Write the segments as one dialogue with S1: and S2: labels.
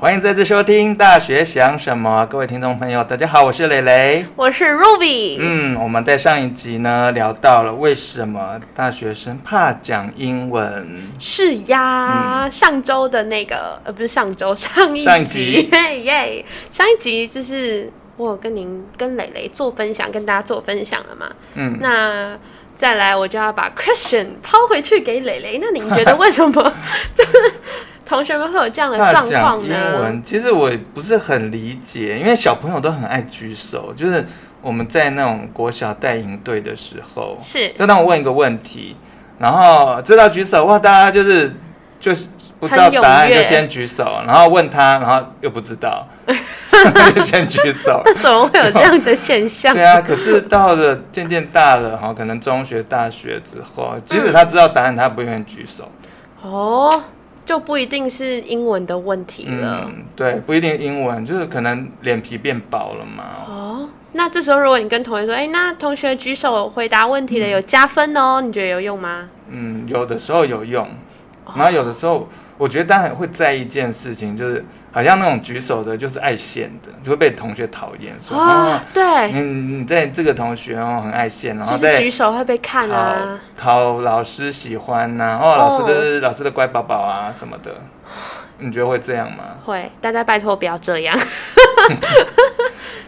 S1: 欢迎再次收听《大学想什么》，各位听众朋友，大家好，我是蕾蕾。
S2: 我是 Ruby。
S1: 嗯，我们在上一集呢聊到了为什么大学生怕讲英文。
S2: 是呀，上周的那个呃，不是上周， 上一
S1: 上一集
S2: 集， 嘿耶，上一集就是我有跟您跟蕾蕾做分享，跟大家做分享了嘛。
S1: 嗯，
S2: 那再来，我就要把 question 抛回去给蕾蕾。那您觉得为什么 就是同学们会有这样的
S1: 怕
S2: 状
S1: 讲
S2: 况
S1: 英
S2: 呢？
S1: 文，其实我也不是很理解，因为小朋友都很爱举手，就是我们在那种国小带营队的时候，
S2: 是
S1: 就当我问一个问题，然后知道举手哇，大家就是就是不知道
S2: 很踊
S1: 答案就
S2: 跃
S1: 先举手，然后问他，然后又不知道， 就先举手。
S2: 怎么会有这样的现象？
S1: 对啊，可是到了渐渐大了哈，可能中学、大学之后，即使他知道答案，他不愿意举手。
S2: 哦，就不一定是英文的问题了。
S1: 嗯，对，不一定英文，就是可能脸皮变薄了嘛。
S2: 哦，那这时候如果你跟同学说，哎、那同学举手回答问题的有加分哦，你觉得有用吗？
S1: 嗯，有的时候有用，
S2: 哦
S1: 然后有的时候，我觉得大家会在意一件事情，就是好像那种举手的，就是爱现的，就会被同学讨厌，说
S2: 哦
S1: 啊，，
S2: 对，
S1: 你你在这个同学哦很爱现，然后
S2: 就是
S1: 在
S2: 举手会被看
S1: 讨
S2: 啊，
S1: 讨老师喜欢呐、哦，老师
S2: 哦
S1: 的、老师的乖宝宝啊什么的，你觉得会这样吗？
S2: 会，大家拜托不要 这样。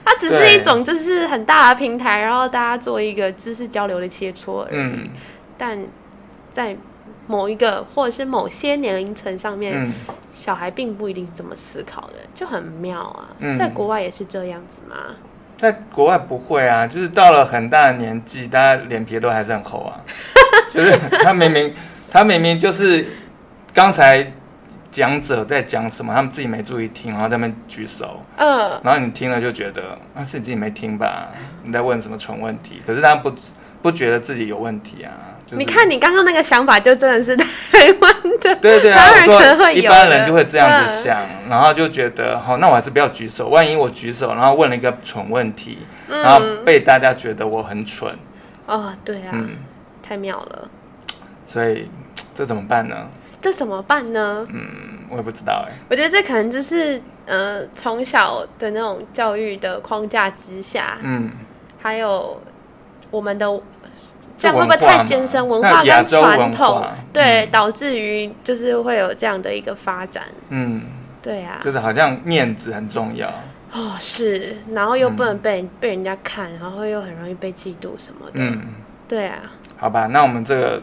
S2: 它只是
S1: 对
S2: 一种就是很大的平台，然后大家做一个知识交流的切磋而已。
S1: 嗯
S2: 但在某一个或者是某些年龄层上面，
S1: 嗯，
S2: 小孩并不一定是这么思考的，就很妙啊。
S1: 嗯
S2: 在国外也是这样子吗？
S1: 在国外不会啊，就是到了很大的年纪，大家脸皮都还是很厚 啊，就是他明明他明明就是刚才讲者在讲什么，他们自己没注意听，然后在那边举手，
S2: 嗯、
S1: 然后你听了就觉得啊是你自己没听吧，你在问什么蠢问题，可是他不不觉得自己有问题啊，就是、
S2: 你看，你刚刚那个想法，就真的是台湾的，
S1: 对对啊，
S2: 当
S1: 我
S2: 然可能
S1: 说
S2: 会
S1: 一
S2: 有
S1: 般
S2: 的嗯
S1: 人就会这样子想，然后就觉得好，那我还是不要举手。万一我举手，然后问了一个蠢问题，
S2: 嗯
S1: 然后被大家觉得我很蠢，
S2: 哦，对啊，
S1: 嗯，
S2: 太妙了，
S1: 所以这怎么办呢？
S2: 这怎么办呢？
S1: 嗯，我也不知道哎、
S2: 我觉得这可能就是呃，从小的那种教育的框架之下，
S1: 嗯，
S2: 还有我们的
S1: 就
S2: 这样会
S1: 文
S2: 不
S1: 化
S2: 会太
S1: 嘛
S2: 艰深？文
S1: 那
S2: 化
S1: 亚
S2: 跟
S1: 洲文
S2: 传统
S1: 化，，
S2: 对，导致于就是会有这样的一个发展，
S1: 嗯，
S2: 对啊，
S1: 就是好像面子很重要，
S2: 哦是，然后又不能被、被人家看，然后又很容易被嫉妒什么的，
S1: 嗯，
S2: 对啊
S1: 好吧，那我们这个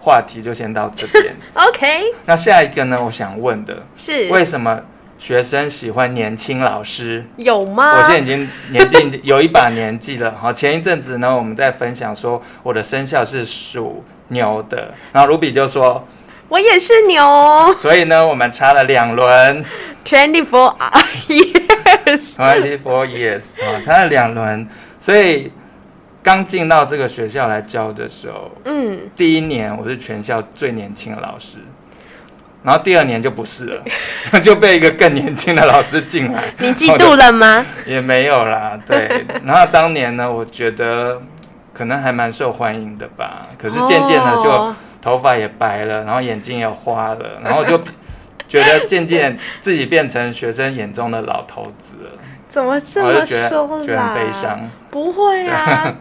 S1: 话题就先到这 边。
S2: ，OK，
S1: 那下一个呢？我想问的，
S2: 是
S1: 为什么学生喜欢年轻老师？
S2: 有吗？
S1: 我现在已经年纪已经有一把年纪了，好，前一阵子呢，我们在分享说我的生肖是属牛的，然后卢比就说，
S2: 我也是牛
S1: 所以呢，我们差了两轮
S2: ，twenty four years。
S1: ，twenty four years，啊，差了两轮，所以刚进到这个学校来教的时候，
S2: 嗯，
S1: 第一年我是全校最年轻的老师，然后第二年就不是了， 就被一个更年轻的老师进来，
S2: 你嫉妒了吗？
S1: 也没有啦， 对。然后当年呢，我觉得可能还蛮受欢迎的吧。 可是渐渐的就
S2: 哦
S1: 头发也白了，然后眼睛也花了，然后就觉得渐渐自己变成学生眼中的老头子了，
S2: 怎么这
S1: 我就
S2: 么
S1: 觉得
S2: 说啦？
S1: 觉得很悲。伤。
S2: 不会啊，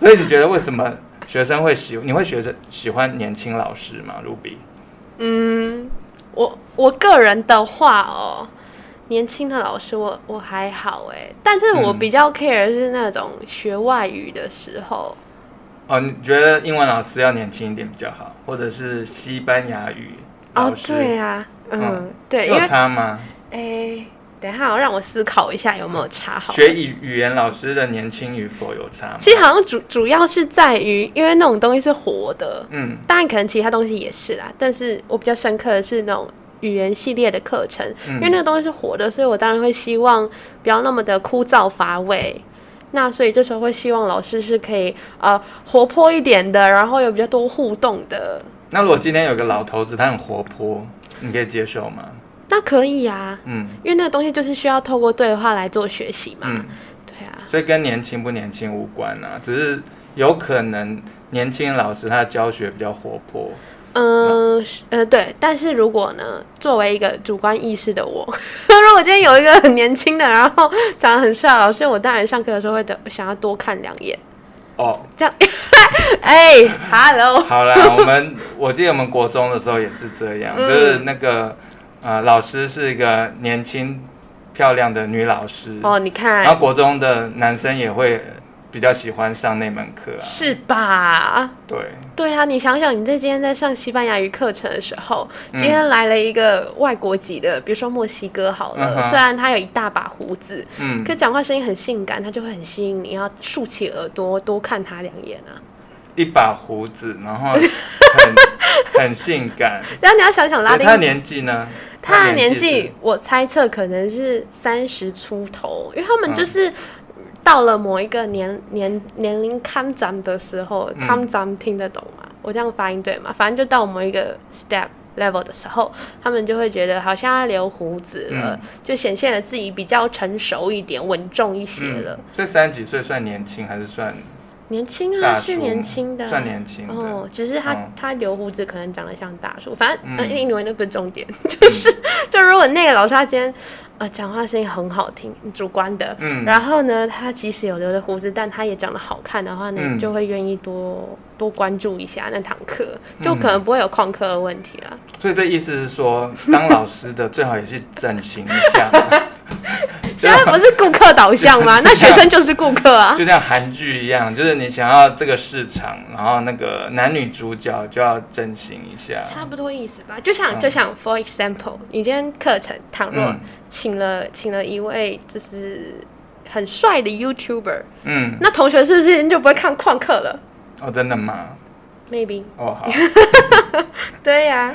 S1: 所以你觉得为什么学生会喜你会学生喜欢年轻老师吗？卢比，
S2: 嗯，我我个人的话哦，年轻的老师我我还好哎，但是我
S1: 嗯
S2: 比较 care 是那种学外语的时候，
S1: 哦，你觉得英文老师要年轻一点比较好，或者是西班牙语
S2: 哦
S1: 老，师？
S2: 对啊，嗯
S1: 嗯，
S2: 对，因
S1: 有
S2: 为
S1: 差吗？
S2: 哎，等一下哦，让我思考一下有没有差好了。
S1: 学语语言老师的年轻与否有差吗？
S2: 其实好像主主要是在于，因为那种东西是活的，
S1: 嗯
S2: 当然可能其他东西也是啦，但是我比较深刻的是那种语言系列的课程，
S1: 嗯
S2: 因为那个东西是活的，所以我当然会希望不要那么的枯燥乏味。那所以这时候会希望老师是可以呃活泼一点的，然后有比较多互动的，
S1: 那如果今天有个老头子，他很活泼，你可以接受吗？
S2: 那可以啊，
S1: 嗯
S2: 因为那个东西就是需要透过对话来做学习嘛。
S1: 嗯，
S2: 对啊，
S1: 所以跟年轻不年轻无关啊，只是有可能年轻老师他的教学比较活泼，
S2: 嗯、是呃，对，但是如果呢，作为一个主观意识的我， 如果今天有一个很年轻的，然后长得很帅的老师，我当然上课的时候会得想要多看两眼，
S1: 哦，
S2: 这样，哎，hello，
S1: 好 啦，我们我记得我们国中的时候也是这样，
S2: 嗯
S1: 就是那个呃，老师是一个年轻漂亮的女老师，
S2: 哦，你
S1: 然后
S2: 看，
S1: 国中的男生也会比较喜欢上那门课啊，
S2: 是吧？
S1: 对，
S2: 对啊，你想想，你在今天在上西班牙语课程的时候，
S1: 嗯
S2: 今天来了一个外国籍的，比如说墨西哥好了，
S1: 嗯哼
S2: 虽然他有一大把胡子，
S1: 嗯
S2: 可，讲话声音很性感，他就会很吸引你，要竖起耳朵多看他两眼啊。
S1: 一把胡子，然后很很性感，
S2: 然后你要想想 拉
S1: 所以
S2: 丁，
S1: 他年纪呢？
S2: 他的年
S1: 是
S2: 纪，我猜测可能是三十出头，因为他们
S1: 嗯
S2: 就是。到了某一个年年年龄看咱的时候，
S1: 嗯
S2: 看咱听得懂吗？我这样发音对吗？反正就到某一个 step level 的时候，他们就会觉得好像要留胡子了，
S1: 嗯
S2: 就显现了自己比较成熟一点、稳重一些了
S1: 嗯。，所以三十几岁算年轻还是算
S2: 年轻啊，
S1: 大
S2: 是
S1: 叔？
S2: 年轻的啊，
S1: 算年轻的。
S2: 哦，只是他、
S1: 嗯
S2: 他留胡子可能长得像大叔，反正
S1: 嗯
S2: 呃因为那不是重点，就是就如果那个老师他今天呃讲话声音很好听，主观的，
S1: 嗯
S2: 然后呢他即使有留着胡子，但他也长得好看的话呢，
S1: 嗯
S2: 就会愿意多多关注一下那堂课，
S1: 嗯
S2: 就可能不会有旷课的问题 啦。
S1: 所以这意思是说，当老师的最好也是整形一下， 就
S2: 现在不是顾客导向 吗？那学生就是顾客啊。
S1: 就像韩剧一样，就是你想要这个市场，然后那个男女主角就要整形一下。
S2: 差不多意思吧，就像
S1: 嗯
S2: 就像，for example，你今天课程倘若
S1: 嗯
S2: 请了请了一位就是很帅的 YouTuber，
S1: 嗯，
S2: 那同学是不是就不会看旷课了
S1: 哦，真的吗？
S2: ？Maybe，
S1: 哦， 好，
S2: 对呀、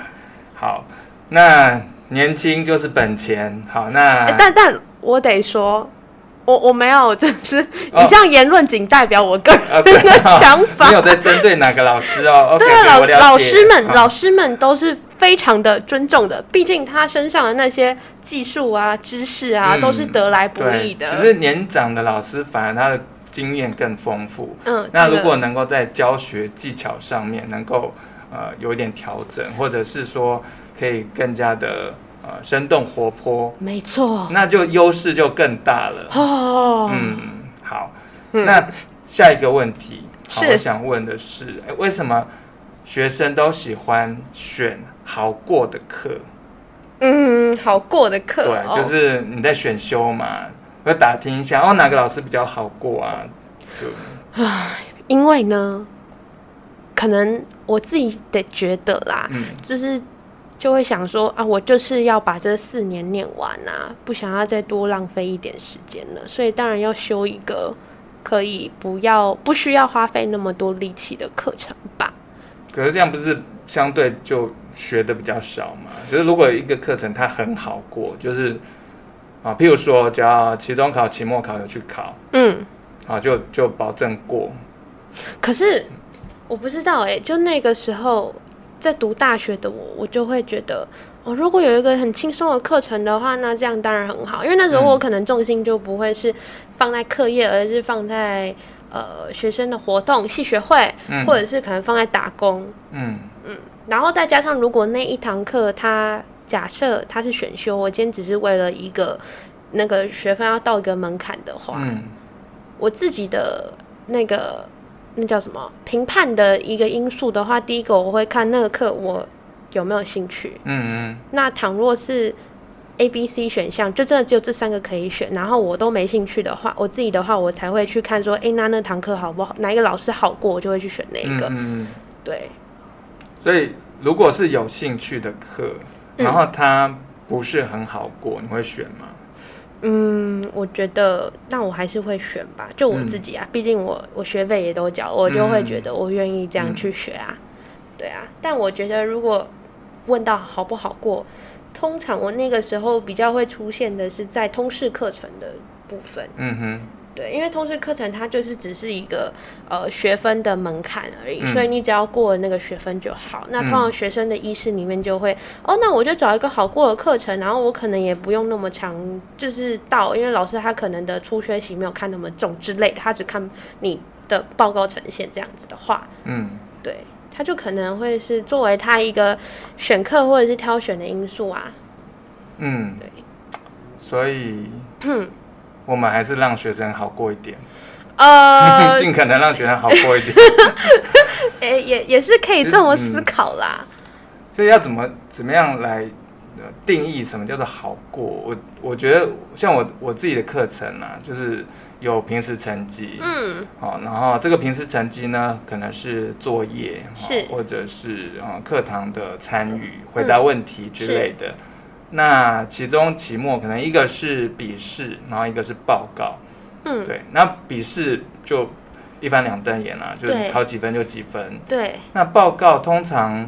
S1: 好，那年轻就是本钱。好，
S2: 诶
S1: 那
S2: 哎但但我得说，我我没有，就是
S1: 哦
S2: 以上言论仅代表我个
S1: 啊，
S2: 人
S1: 对
S2: 的想法
S1: 没。有在针对哪个老师 哦。OK，
S2: 对
S1: OK，我
S2: 啊，老
S1: 了解嗯
S2: 老师们，
S1: 好
S2: 老师们都是非常的尊重的，毕竟他身上的那些技术啊、知识啊，
S1: 嗯
S2: 都是得来不易
S1: 对，
S2: 的。
S1: 其实年长的老师反而他的经验更丰富。
S2: 嗯，
S1: 那
S2: 这个
S1: 如果能够在教学技巧上面能够呃有一点调整，或者是说可以更加的呃生动活泼，
S2: 没错
S1: 那就优势就更大了。
S2: 哦，
S1: 嗯，好，
S2: 嗯
S1: 那下一个问题，好，
S2: 是
S1: 我想问的是，诶为什么学生都喜欢选好过的课？
S2: 嗯，好过的 课，
S1: 对，就
S2: 哦、
S1: 是你在选修嘛，会打听一下哦，哪个老师比较好过啊？就
S2: 因为呢，可能我自己得觉得啦，
S1: 嗯
S2: 就是就会想说啊，我就是要把这四年念完啊，不想要再多浪费一点时间了，所以当然要修一个可以不要不需要花费那么多力气的课程吧。
S1: 可是这样不是相对就学的比较少嘛？就是如果一个课程它很好过，就是啊，譬如说只要期中考、期末考有去考，
S2: 嗯，
S1: 啊，就就保证过。
S2: 可是我不知道哎、就那个时候在读大学的我，我就会觉得。哦，如果有一个很轻松的课程的话，那这样当然很好，因为那时候
S1: 嗯
S2: 我可能重心就不会是放在课业，而是放在呃学生的活动、系学会，
S1: 嗯
S2: 或者是可能放在打工。
S1: 嗯
S2: 然后再加上，如果那一堂课它假设它是选修，我今天只是为了一个那个学分要到一个门槛的话，
S1: 嗯
S2: 我自己的那个那叫什么评判的一个因素的话，第一个我会看那个课我有没有兴趣。
S1: 嗯嗯
S2: 那倘若是 A、B、C 选项，就真的只有这三个可以选，然后我都没兴趣的话，我自己的话我才会去看说，诶，那那堂课好不好？哪一个老师好过，我就会去选那
S1: 嗯
S2: 一个。
S1: 嗯，嗯
S2: 对，
S1: 所以如果是有兴趣的课，
S2: 嗯
S1: 然后它不是很好过，你会选吗？
S2: 嗯，我觉得那我还是会选吧，就我
S1: 嗯
S2: 自己啊，毕竟我我学费也都交，我就会
S1: 嗯
S2: 觉得我愿意这样
S1: 嗯
S2: 去学啊，对啊。但我觉得如果问到好不好过，通常我那个时候比较会出现的是在通识课程的部分，
S1: 嗯哼，
S2: 对，因为通识课程它就是只是一个呃学分的门槛而已，
S1: 嗯
S2: 所以你只要过了那个学分就好。那通
S1: 嗯
S2: 常学生的意识里面就会，哦，那我就找一个好过的课程，然后我可能也不用那么长，就是到，因为老师他可能的初学习没有看那么重之类的，他只看你的报告呈现这样子的话，
S1: 嗯，
S2: 对，它就可能会是作为他一个选课或者是挑选的因素啊。
S1: 嗯，
S2: 对，嗯
S1: 所以，我们还是让学生好过一点，，
S2: 呃
S1: 尽可能让学生好过 一点。
S2: 诶、也也是可以这
S1: 嗯
S2: 么思考啦。
S1: 所以要怎么怎么样来呃定义什么叫做好过？我我觉得像我我自己的课程啊，就是有平时成绩，
S2: 嗯，
S1: 哦，然后这个平时成绩呢，可能是作业，哦
S2: 是嗯
S1: 或者是呃课堂的参与、回答问题之类的。那其中期末可能一个是笔试，然后一个是报告，
S2: 嗯
S1: 对。那笔试就一翻两瞪眼啦、就是你
S2: 对
S1: 考几分就几分。
S2: 对，
S1: 那报告通常，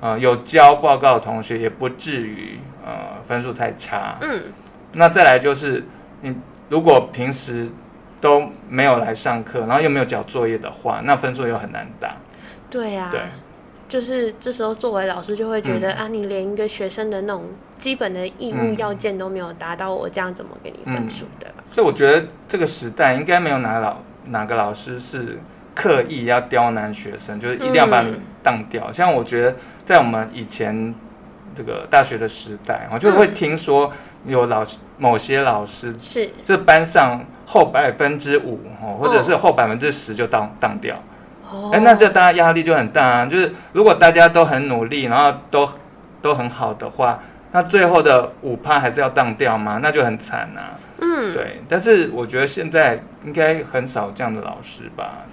S1: 呃，有交报告的同学也不至于呃分数太差，
S2: 嗯，
S1: 那再来就是，你如果平时都没有来上课，然后又没有交作业的话，那分数又很难打。
S2: 对啊，
S1: 对，
S2: 就是这时候作为老师就会觉得、
S1: 嗯
S2: 啊，你连一个学生的那种基本的义务
S1: 嗯
S2: 要件都没有达到，我这样怎么给你分数，对吧？
S1: 所以我觉得这个时代应该没有哪个老哪个老师是刻意要刁难学生，就是一定要把你
S2: 嗯
S1: 当掉。像我觉得在我们以前这个大学的时代，哦我就会
S2: 嗯
S1: 听说有老师某些老师
S2: 是，
S1: 就是班上后百分之五哦，或者是后百分之十就当当掉。
S2: 哦，
S1: 哎、那这大家压力就很大啊！就是如果大家都很努力，然后都都很好的话，那最后的五趴还是要当掉嘛，那就很惨啊。
S2: 嗯，
S1: 对，但是我觉得现在应该很少这样的老师吧。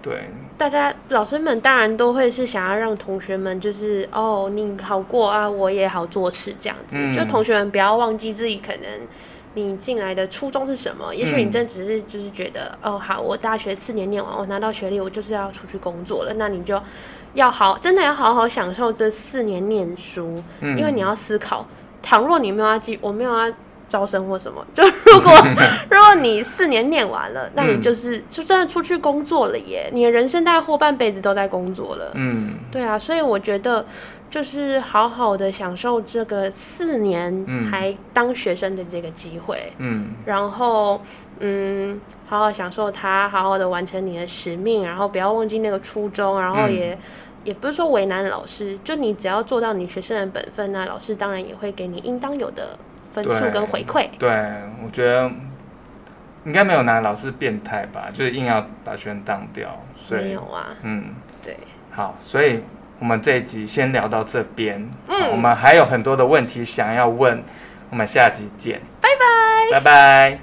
S1: 对，
S2: 大家老师们当然都会是想要让同学们就是哦，你好过啊，我也好做事这样子。
S1: 嗯
S2: 就同学们不要忘记自己可能你进来的初衷是什么。也许你
S1: 嗯
S2: 真只是就是觉得、哦，好，我大学四年念完，我拿到学历，我就是要出去工作了。那你就要好，真的要好好享受这四年念书，
S1: 嗯，
S2: 因为你要思考，倘若你没有要记，我没有要。招生或什么，就如 果如果你四年念完了，那你
S1: 嗯
S2: 就是、就真的出去工作了耶，你的人生大概后半辈子都在工作了。
S1: 嗯
S2: 对啊，所以我觉得就是好好的享受这个四年
S1: 嗯
S2: 还当学生的这个机会，
S1: 嗯
S2: 然后嗯，好好享受它，好好的完成你的使命，然后不要忘记那个初衷，然后
S1: 嗯
S2: 也、也不是说为难老师，就你只要做到你学生的本分那、老师当然也会给你应当有的分数
S1: 对
S2: 跟回馈。
S1: 对，我觉得应该没有哪个老师变态吧，就是硬要把学生当掉。所
S2: 没
S1: 以
S2: 有，啊，
S1: 嗯，
S2: 对，
S1: 好，所以我们这一集先聊到这边。嗯，我们还有很多的问题想要问，我们下集见。拜拜，拜拜。